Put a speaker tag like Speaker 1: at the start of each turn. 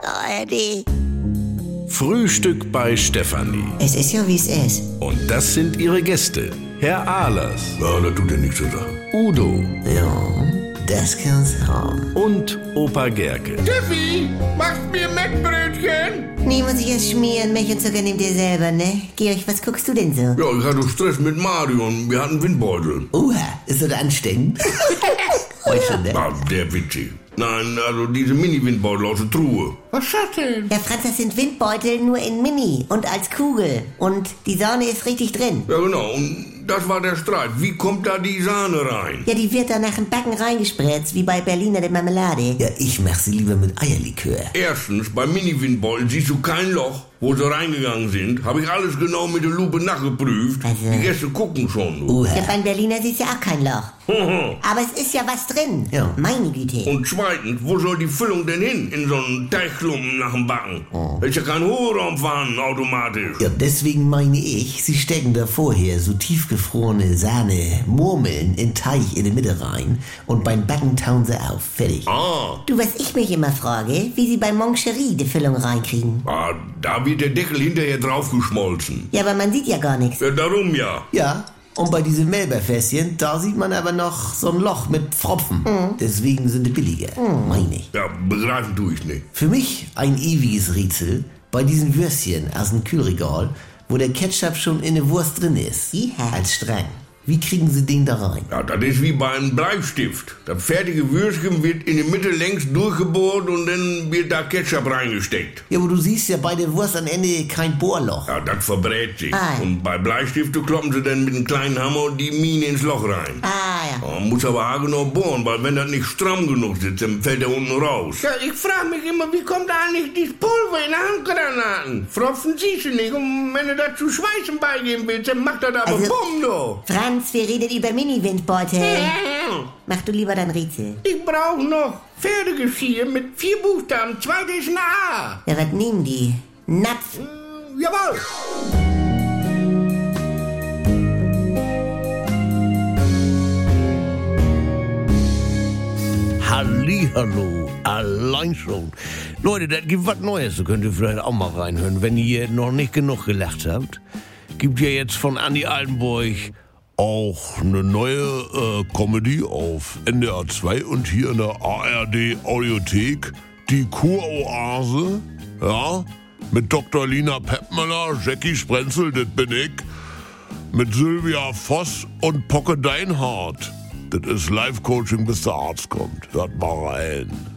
Speaker 1: ARD.
Speaker 2: Frühstück bei Stefanie.
Speaker 3: Es ist ja, wie es ist.
Speaker 2: Und das sind ihre Gäste. Herr Ahlers. Ja, da tut er nichts zu sagen. Udo
Speaker 3: Ja, das kann's haben.
Speaker 2: und Opa Gerke.
Speaker 4: Tiffy, machst mir Mettbrötchen?
Speaker 3: Niemand sich es schmieren, Milch und Zucker nehmt ihr selber, ne? Georg, was guckst du denn so?
Speaker 4: Ja, ich hatte Stress mit Marion. Wir hatten Windbeutel.
Speaker 5: Oha, ist das ansteckend? Heute schon, ne?
Speaker 4: Ah, der witzig. Nein, also diese Mini-Windbeutel aus der Truhe.
Speaker 3: Ja, Franz, das sind Windbeutel nur in Mini und als Kugel. Und die Sahne ist richtig drin.
Speaker 4: Ja, genau. Und das war der Streit. Wie kommt da die Sahne rein?
Speaker 3: Ja, die wird dann nach dem Backen reingespritzt, wie bei Berliner der Marmelade.
Speaker 5: Ja, ich mach sie lieber mit Eierlikör.
Speaker 4: Erstens, bei Mini-Windbeuteln siehst du kein Loch, wo sie reingegangen sind. Habe ich alles genau mit der Lupe nachgeprüft.
Speaker 3: Also-
Speaker 4: Die Gäste gucken schon. du.
Speaker 3: Ja,
Speaker 5: Oha.
Speaker 3: beim Berliner siehst du ja auch kein Loch. Aber es ist ja was drin.
Speaker 5: Ja.
Speaker 3: Meine Güte.
Speaker 4: Und zweitens, wo soll die Füllung denn hin? In so einen Teichklumpen nach dem Backen. Ist ja kein Hohlraum vorhanden automatisch.
Speaker 5: Ja, deswegen meine ich, sie stecken da vorher so tiefgefrorene Sahne, Murmeln in Teig in die Mitte rein und beim Backen tauen sie auf. Fertig.
Speaker 4: Ah,
Speaker 3: Du, was ich mich immer frage, wie sie bei Moncherie die Füllung reinkriegen.
Speaker 4: Ah, da wird der Deckel hinterher draufgeschmolzen.
Speaker 3: Ja, aber man sieht ja gar nichts.
Speaker 4: Ja, darum ja.
Speaker 5: Ja, und bei diesen Melberfässchen, da sieht man aber noch so ein Loch mit Pfropfen. Deswegen sind die billiger, meine ich.
Speaker 4: Ja, begreifen tue ich nicht.
Speaker 5: Für mich ein ewiges Rätsel bei diesen Würstchen aus dem Kühlregal, wo der Ketchup schon in der Wurst drin ist.
Speaker 3: Iha.
Speaker 5: Als Strang. Wie kriegen sie den da rein?
Speaker 4: Ja, das ist wie bei einem Bleistift. Das fertige Würstchen wird in der Mitte längst durchgebohrt und dann wird da Ketchup reingesteckt.
Speaker 5: Ja, aber du siehst ja bei der Wurst am Ende kein Bohrloch.
Speaker 4: Ja, das verbrät sich.
Speaker 3: Ah.
Speaker 4: Und bei Bleistifte kloppen sie dann mit einem kleinen Hammer die Mine ins Loch rein.
Speaker 3: Ah, ja.
Speaker 4: Man muss aber haargenau bohren, weil wenn das nicht stramm genug sitzt, dann fällt er unten raus. Ja, ich frage mich immer, wie kommt da eigentlich dieses Pulver in Handgranaten? Pfropfen siehst du nicht und wenn du dazu Schweißen beigeben willst, dann macht das aber
Speaker 3: Also-
Speaker 4: Bumm, du.
Speaker 3: Franz, wir reden über Mini-Windbeutel. Mach du lieber dein Rätsel.
Speaker 4: Ich brauche noch Pferdegeschirr mit vier Buchstaben, zweite ist ein A.
Speaker 3: Ja, was nehmen die? Napf.
Speaker 4: Jawohl.
Speaker 6: Hallihallo, allein schon. Leute, das gibt was Neues, da könnt ihr vielleicht auch mal reinhören. Wenn ihr noch nicht genug gelacht habt, gibt ja jetzt von Andy Altenburg auch eine neue äh, Comedy auf NDR 2 und hier in der ARD Audiothek. Die Kuroase, ja, mit Dr. Lina Peppmüller, Jackie Sprenzel, das bin ich mit Sylvia Voss und Pocke Deinhardt. Das ist Live-Coaching, bis der Arzt kommt. Hört mal rein.